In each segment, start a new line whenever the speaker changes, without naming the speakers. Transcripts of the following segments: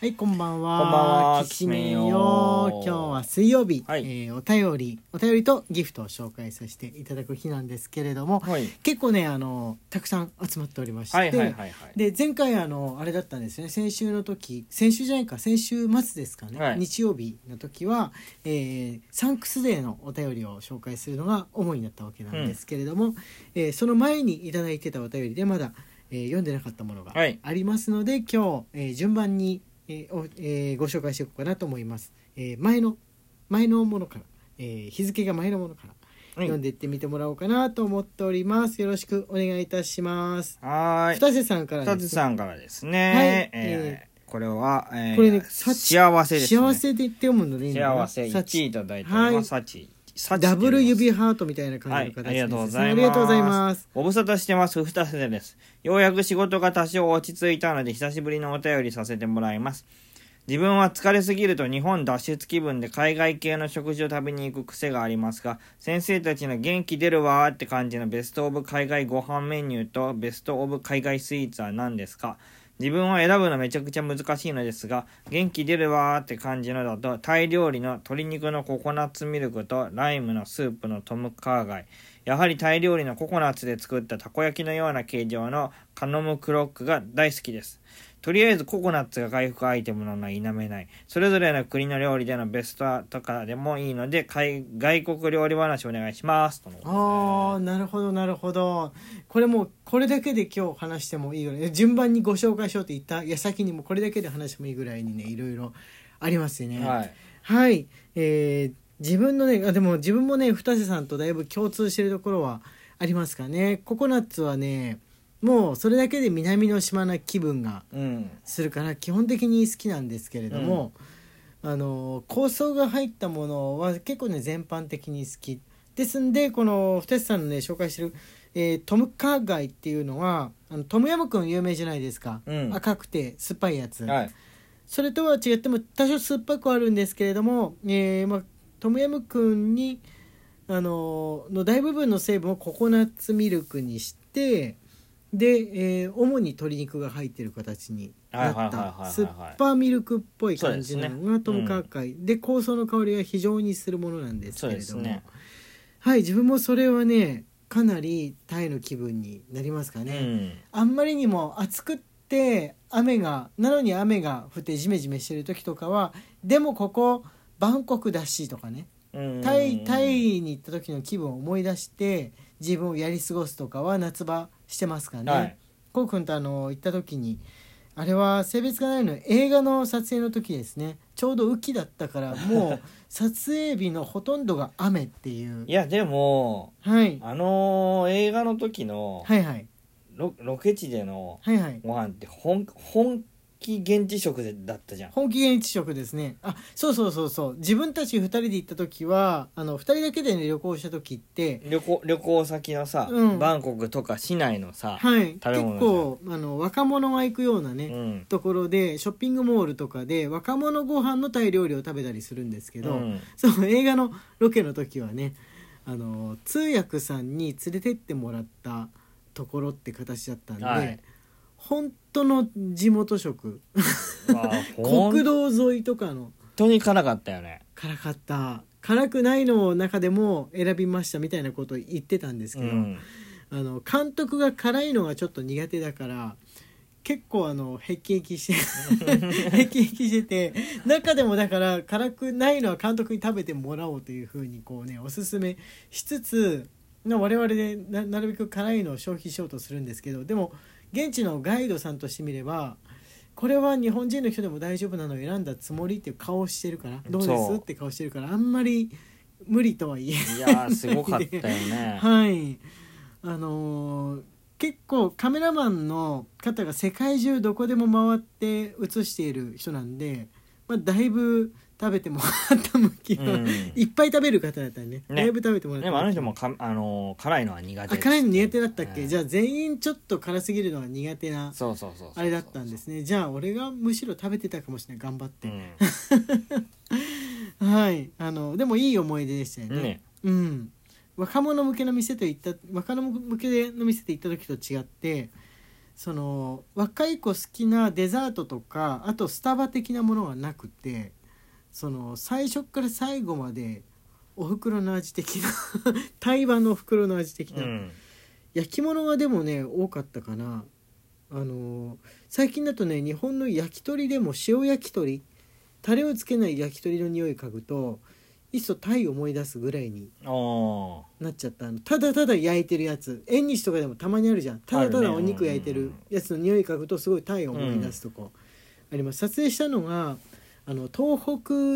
はい、こんばんは。
こんばんは
きしめんよ。
きしめんよ
今日は水曜日、
はい
えーお便り、お便りとギフトを紹介させていただく日なんですけれども、
はい
結構ね、あの、たくさん集まっておりまして、
はいはいはいはい
で、前回、あの、あれだったんですよね、先週の時、先週じゃないか、先週末ですかね、
はい
日曜日の時は、えーサンクスデーのお便りを紹介するのが主になったわけなんですけれども、えーその前にいただいてたお便りで、まだ、えー読んでなかったものが
はい
ありますので、今日、えー順番に、えーおえーご紹介していこうかなと思います、えー前の前のものから、えー日付が前のものから
はい
読んでいってみてもらおうかなと思っておりますよろしくお願いいたします
はーい
二瀬さんから
二
で
つ
す
さんからですね、
はい
えーこれは、えー
これね
幸
幸
幸せです、ね、
幸せでって読むのでいいのかな
幸せ
幸
1位いただいてお
はい
ります幸幸って言います
ダブル指ハートみたいな
は
感じの
い
形です、、
ありがとうございます。
ありがとうございます。
ご無沙汰してます、二瀬です。ようやく仕事が多少落ち着いたので、久しぶりのお便りさせてもらいます。自分は疲れすぎると日本脱出気分で海外系の食事を食べに行く癖がありますが、先生たちの元気出るわーって感じのベストオブ海外ご飯メニューとベストオブ海外スイーツは何ですか自分は選ぶのめちゃくちゃ難しいのですが元気出るわーって感じのだとタイ料理の鶏肉のココナッツミルクとライムのスープのトムカーガイやはりタイ料理のココナッツで作ったたこ焼きのような形状のカノムクロックが大好きですとりあえずココナッツが回復アイテムなのは否めないそれぞれの国の料理でのベストとかでもいいので海外国料理話お願いしますとのことですね
ああ、なるほど、なるほど。これもう、これだけで今日話してもいいぐらい、順番にご紹介しようと言った矢先にも、これだけで話してもいいぐらいにね、いろいろありますよね。
はい
はい、えー自分のねあでも自分もね二瀬さんとだいぶ共通してるところはありますかねココナッツはねもうそれだけで南の島な気分が
うん
するから基本的に好きなんですけれども、あの構想が入ったものは結構ね全般的に好きですんでこの二瀬さんのね紹介してる、えートムカーガイっていうのはあのトムヤムクン有名じゃないですか、
うん
赤くて酸っぱいやつ、
はい
それとは違っても多少酸っぱくはあるんですけれども、えーまあ、トムヤムクンにあのーの大部分の成分をココナッツミルクにしてで、えー主に鶏肉が入ってる形にな
はい
っ
はいはいはいは
た
い
酸っぱミルクっぽい感じな
そ
の
うです
が
ね
トムカーカイで,、香草の香りが非常にするものなんですけれど
そう
も、
ですね
はい自分もそれはねかなりタイの気分になりますかね。
うん
あんまりにも暑くって雨がなのに雨が降ってジメジメしてる時とかはでもここバンコクだしとかねタイタイに行った時の気分を思い出して自分をやり過ごすとかは夏場してますかね。
はい
こうくんとあの行った時にあれは性別がないの映画の撮影の時ですねちょうど雨季だったから もう撮影日のほとんどが雨っていう
い。やでも
はい、
あのー映画の時の
はいはい
ロロケ地での
はいはい
ご飯って本本気現地食だったじゃん
本気現地食ですねあそうそうそうそう自分たち2人で行った時はあの2人だけで、ね、旅行した時って
旅行旅行先のさ、
うん
バンコクとか市内のさ、
はい結
食べ物
構あの若者が行くようなね、
うん
ところでショッピングモールとかで若者ご飯のタイ料理を食べたりするんですけ
う
ど、
ん、
そう映画のロケの時はねあの通訳さんに連れてってもらったところって形だったんで、
はい
本当の地元食
まあ
国
本
道沿いとかの
当に辛かったよね
辛かった辛くないのを中でも選びましたみたいなことを言ってたんですけ
う
ど、
ん
あの監督が辛いのがちょっと苦手だから結構あのへきへきして へきへきしてて中でもだから辛くないのは監督に食べてもらおうというふうにこうねおすすめしつつまあ我々でななるべく辛いのを消費しようとするんですけどでも現地のガイドさんとしてみればこれは日本人の人でも大丈夫なのを選んだつもりっていう顔をしてるからどうです
そう
って顔してるからあんまり無理とは言え
いやーすごかったよ ね、
はいあのー結構カメラマンの方が世界中どこでも回って映している人なんで、まあ、だいぶ食べてもらった向きは、
うん
いっぱい食べる方だったらね
ね
だいぶ食べてもらった
でもあの人もか、あのー辛いのは苦手
あ辛いの苦手だったっけ、じ
ゃ
ゃあ全員ちょっと辛すぎるのは苦手な
そうそうそうそう
あれだったんですねじゃあ俺がむしろ食べてたかもしれない頑張って、はいあのでもいい思い出でしたよ
う んね
うん、若者向けの店と行った若者向けの店で行った時と違ってその若い子好きなデザートとかあとスタバ的なものがなくてその最初から最後までお袋の味的な 台湾のお袋の味的
う
な、
ん
焼き物がでもね多かったかなあの最近だとね日本の焼き鳥でも塩焼き鳥タレをつけない焼き鳥の匂い嗅ぐといっそタイを思い出すぐらいに
あ
なっちゃったあのただただ焼いてるやつ縁日とかでもたまにあるじゃんただた
ある
だ
ね
お肉焼いて
うんう
る
ん
やつの匂い嗅ぐとすごいタイを思い出すとこあります撮影したのがあの東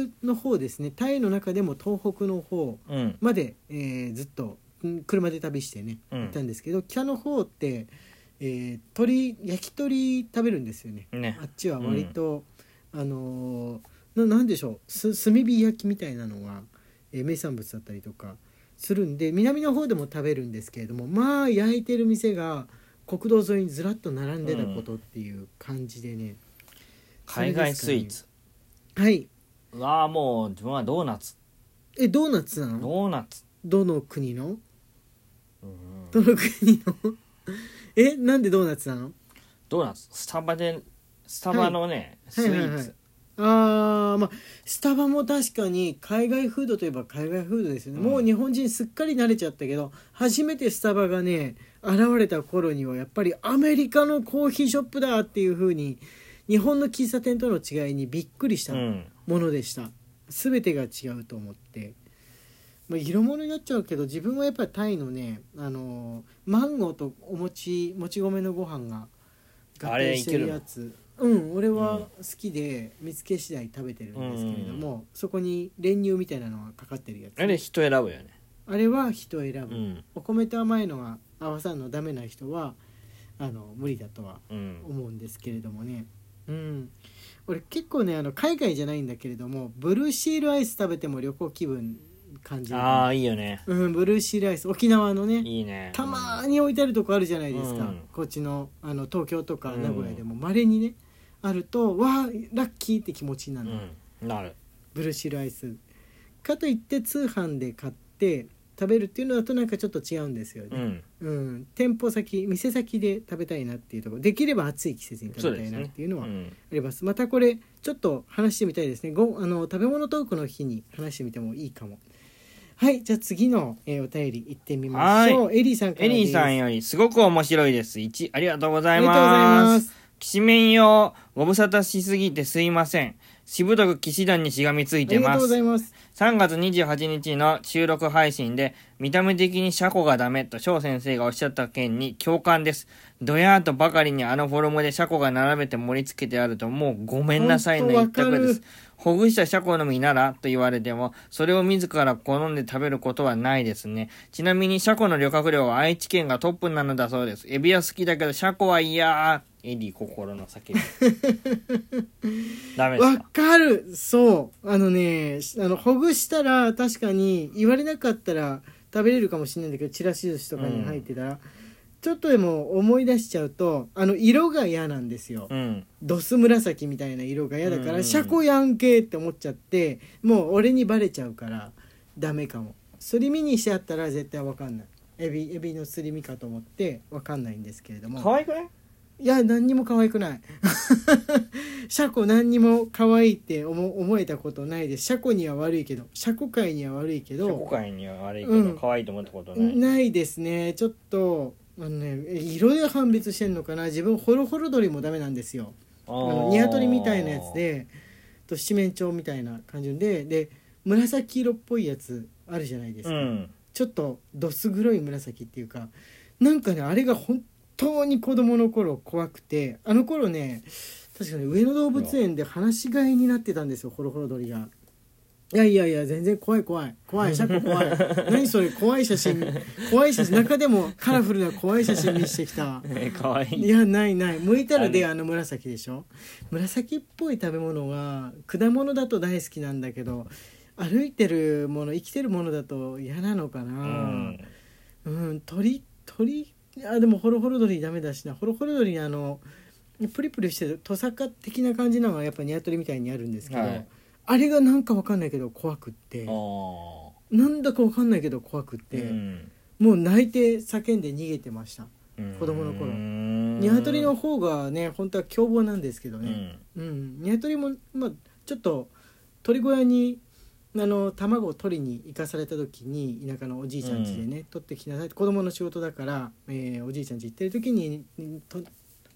北の方ですねタイの中でも東北の方
あうん
まで、えーずっとん車で旅してね
う
行った
ん
んですけど北の方って、えー鳥焼き鳥食べるんですよね
ね
あっちは割と、あのーななんでしょうす炭火焼きみたいなのが、えー名産物だったりとかするんで南の方でも食べるんですけれどもまあ焼いてる店が国道沿いにずらっと並んでたことっていう感じでね、
海外スイーツ
はい
わあもう自分はドーナツ
えドーナツなの
ドーナツ
どの国の
うん
どの国の えなんでドーナツなの
ドーナツスタバでスタバのねスイ
はいはい
ー
はい
ツ
あーまあスタバも確かに海外フードといえば海外フードですよね、
うん
もう日本人すっかり慣れちゃったけど初めてスタバがね現れた頃にはやっぱりアメリカのコーヒーショップだっていう風に日本の喫茶店との違いにびっくりした
うん
ものでした、全てが違うと思って、まあ、色物になっちゃうけど自分はやっぱりタイのね、あのーマンゴーとお餅もち米のご飯が
あれ
してるやつうん俺
うん
は好きで見つけ次第食べてるんですけれども、そこに練乳みたいなのがかかってるやつ
あれ人選ぶよね
あれは人選ぶ、
うん
お米と甘いのが合わさるのダメな人はあの無理だとは
うん
思うんですけれどもねうん俺結構ねあの海外じゃないんだけれどもブルーシールアイス食べても旅行気分感じる、
ああいいよね
うん、ブルーシールアイス沖縄のね
いいね
たまーに置いてあるとこあるじゃないですか、
うん
こっちのあの東京とか
うん
名古屋でもまれにねあるとわあラッキーって気持ちにな
う
るの、
んなる
ブルーシールアイスかといって通販で買って食べるっていうのだとなんかちょっと違うんですよ
う
ね、
ん
うん店舗先店先で食べたいなっていうところできれば暑い季節に
そ
食
う
べたい
です
なっ
ね
ていうのはあ
ん
りますまたこれちょっと話してみたいですねごあの食べ物トークの日に話してみてもいいかもはいじゃあ次の、えーお便り行ってみましょうエリーさんから
エ
です
リーさんよりすごく面白いです1ありがとうございます
す。
きしめん用ご無沙汰しすぎてすいませんしぶとく騎士団にしがみつ
あ
いて
りが
ま
とうご
す
ざいます。
3月28日の収録配信で見た目的にシャコがダメと翔先生がおっしゃった件に共感ですドヤーとばかりにあのフォルムでシャコが並べて盛り付けてあるともうごめんなさい
ほ
の一
んとわか
択
る
ですほぐしたシャコの実ならと言われてもそれを自ら好んで食べることはないですねちなみにシャコの旅客量は愛知県がトップなのだそうですエビは好きだけどシャコは嫌エリー心の叫びダメで
わ
すか
かる。そう。あのね、しあのほぐしたら確かに言われなかったら食べれるかもしれないんだけど、ちらし寿司とかに入ってたら、ちょっとでも思い出しちゃうと、あの色が嫌なんですよ。
うん
ドス紫みたいな色が嫌だか
うん
ら、シャコやんけって思っちゃって、もう俺にバレちゃうからダメかも。すり身にしちゃったら絶対わかんない。エビエビのすり身かと思ってわかんないんですけれども。
可愛くない
いや何にも可愛くない シャコ何にも可愛いって思思えたことないですシャコには悪いけどシャコ界には悪いけ
シャコ
ど
界には悪いけ
う
ど
ん
可愛いと思ったことない、
ないですねちょっとあのね色で判別してんのかな自分ホロホロ鳥もダメなんですよ
あ
あの
ー
ニワトリみたいなやつでと七面鳥みたいな感じでで紫色っぽいやつあるじゃないです
う
か、
ん
ちょっとどす黒い紫っていうかなんかねあれが本当に子供の頃怖くてあの頃ね確かに上野動物園で放し飼いになってたんですよホロホロ鳥が。いやいやいや全然怖い怖い怖いシャコ怖い何それ怖い写真怖い写真中でもカラフルな怖い写真見してきた
え可愛
い
い
やないない剥いたら
あれ
であの紫でしょ紫っぽい食べ物が果物だと大好きなんだけど歩いてるもの生きてるものだと嫌なのか
う
なんうん、鳥鳥あでもホロホロ鳥ダメだしなホロホロ鳥にあのプリプリしてるトサカ的な感じなのがやっぱニワトリみたいにあるんですけど、
はい
あれがなんかわかんないけど怖くって
あー
なんだかわかんないけど怖くって、
うん
もう泣いて叫んで逃げてました子供の頃
うーんん
鶏の方がね本当は凶暴なんですけど
う
ね、
ん
うん鶏も、まあ、ちょっと鳥小屋にあの卵を取りに行かされた時に田舎のおじいちゃん家でね、取ってきなさいって子供の仕事だから、えーおじいちゃん家行ってる時にと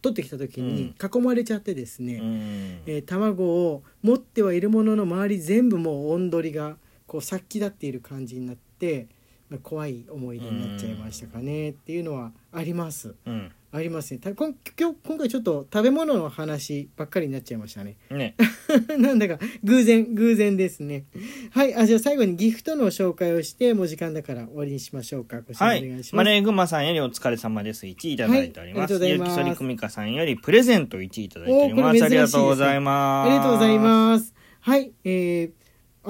取ってきた時に囲まれちゃってですね、
うん
えー卵を持ってはいるものの周り全部もう温鳥がこう殺気立っている感じになって、まあ、怖い思い出になっちゃいましたかねっていうのはあります
うん
ありますねたこん今日今回ちょっと食べ物の話ばっかりになっちゃいましたね
ね
なんだか偶然偶然ですねはいあじゃあ最後にギフトの紹介をしてもう時間だから終わりにしましょうかご紹
は
介お
い
願いしま
マ
す、
ネーグマさんよりお疲れ様です1いただいており
はいあり
ます,、
がとうございます
ゆきそりくみかさんよりプレゼント1いただいており
おーこ
ま
れ珍しいです
す
ね
ありがとうございます
ありがとうございます。はい、えー、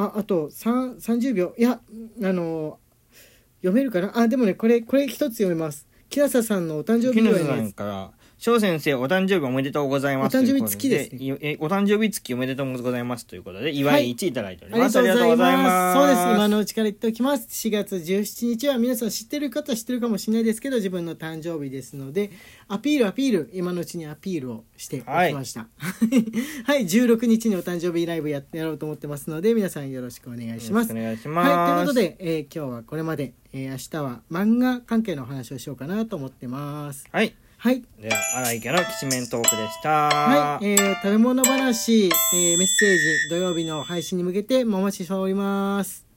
あ、あと三三十秒、いや、あの読めるかな。あ、でもね、これこれ一つ読めます。木下さんのお誕生日
木
祝
野
い
さ
で
ん
す。
から翔先生お誕生日おめでとうございます
お誕生日付きですね
ということでいえお誕生日付きおめでとうございますということで祝
はい
い1いただいており
あり
ま
が
す、
とうござい
あり
ます。そうです。
がとうご
今
ざい
の
ま
うちから言っておきます。4月17日は皆さん知ってる方知ってるかもしれないですけど、自分の誕生日ですので、アピールアピール、今のうちにアピールをしておきました。 はい、16日にお誕生日ライブややろうと思ってますので、皆さんよろしくお願いします
よろしく。お願いします、
はい、ということで、えー今日はこれまで、えー明日は漫画関係のお話をしようかなと思ってます。
はい
はい、
では荒井家のきしめんトークでした
はい、えー食べ物話、えーメッセージ、土曜日の配信に向けてお待ちしております。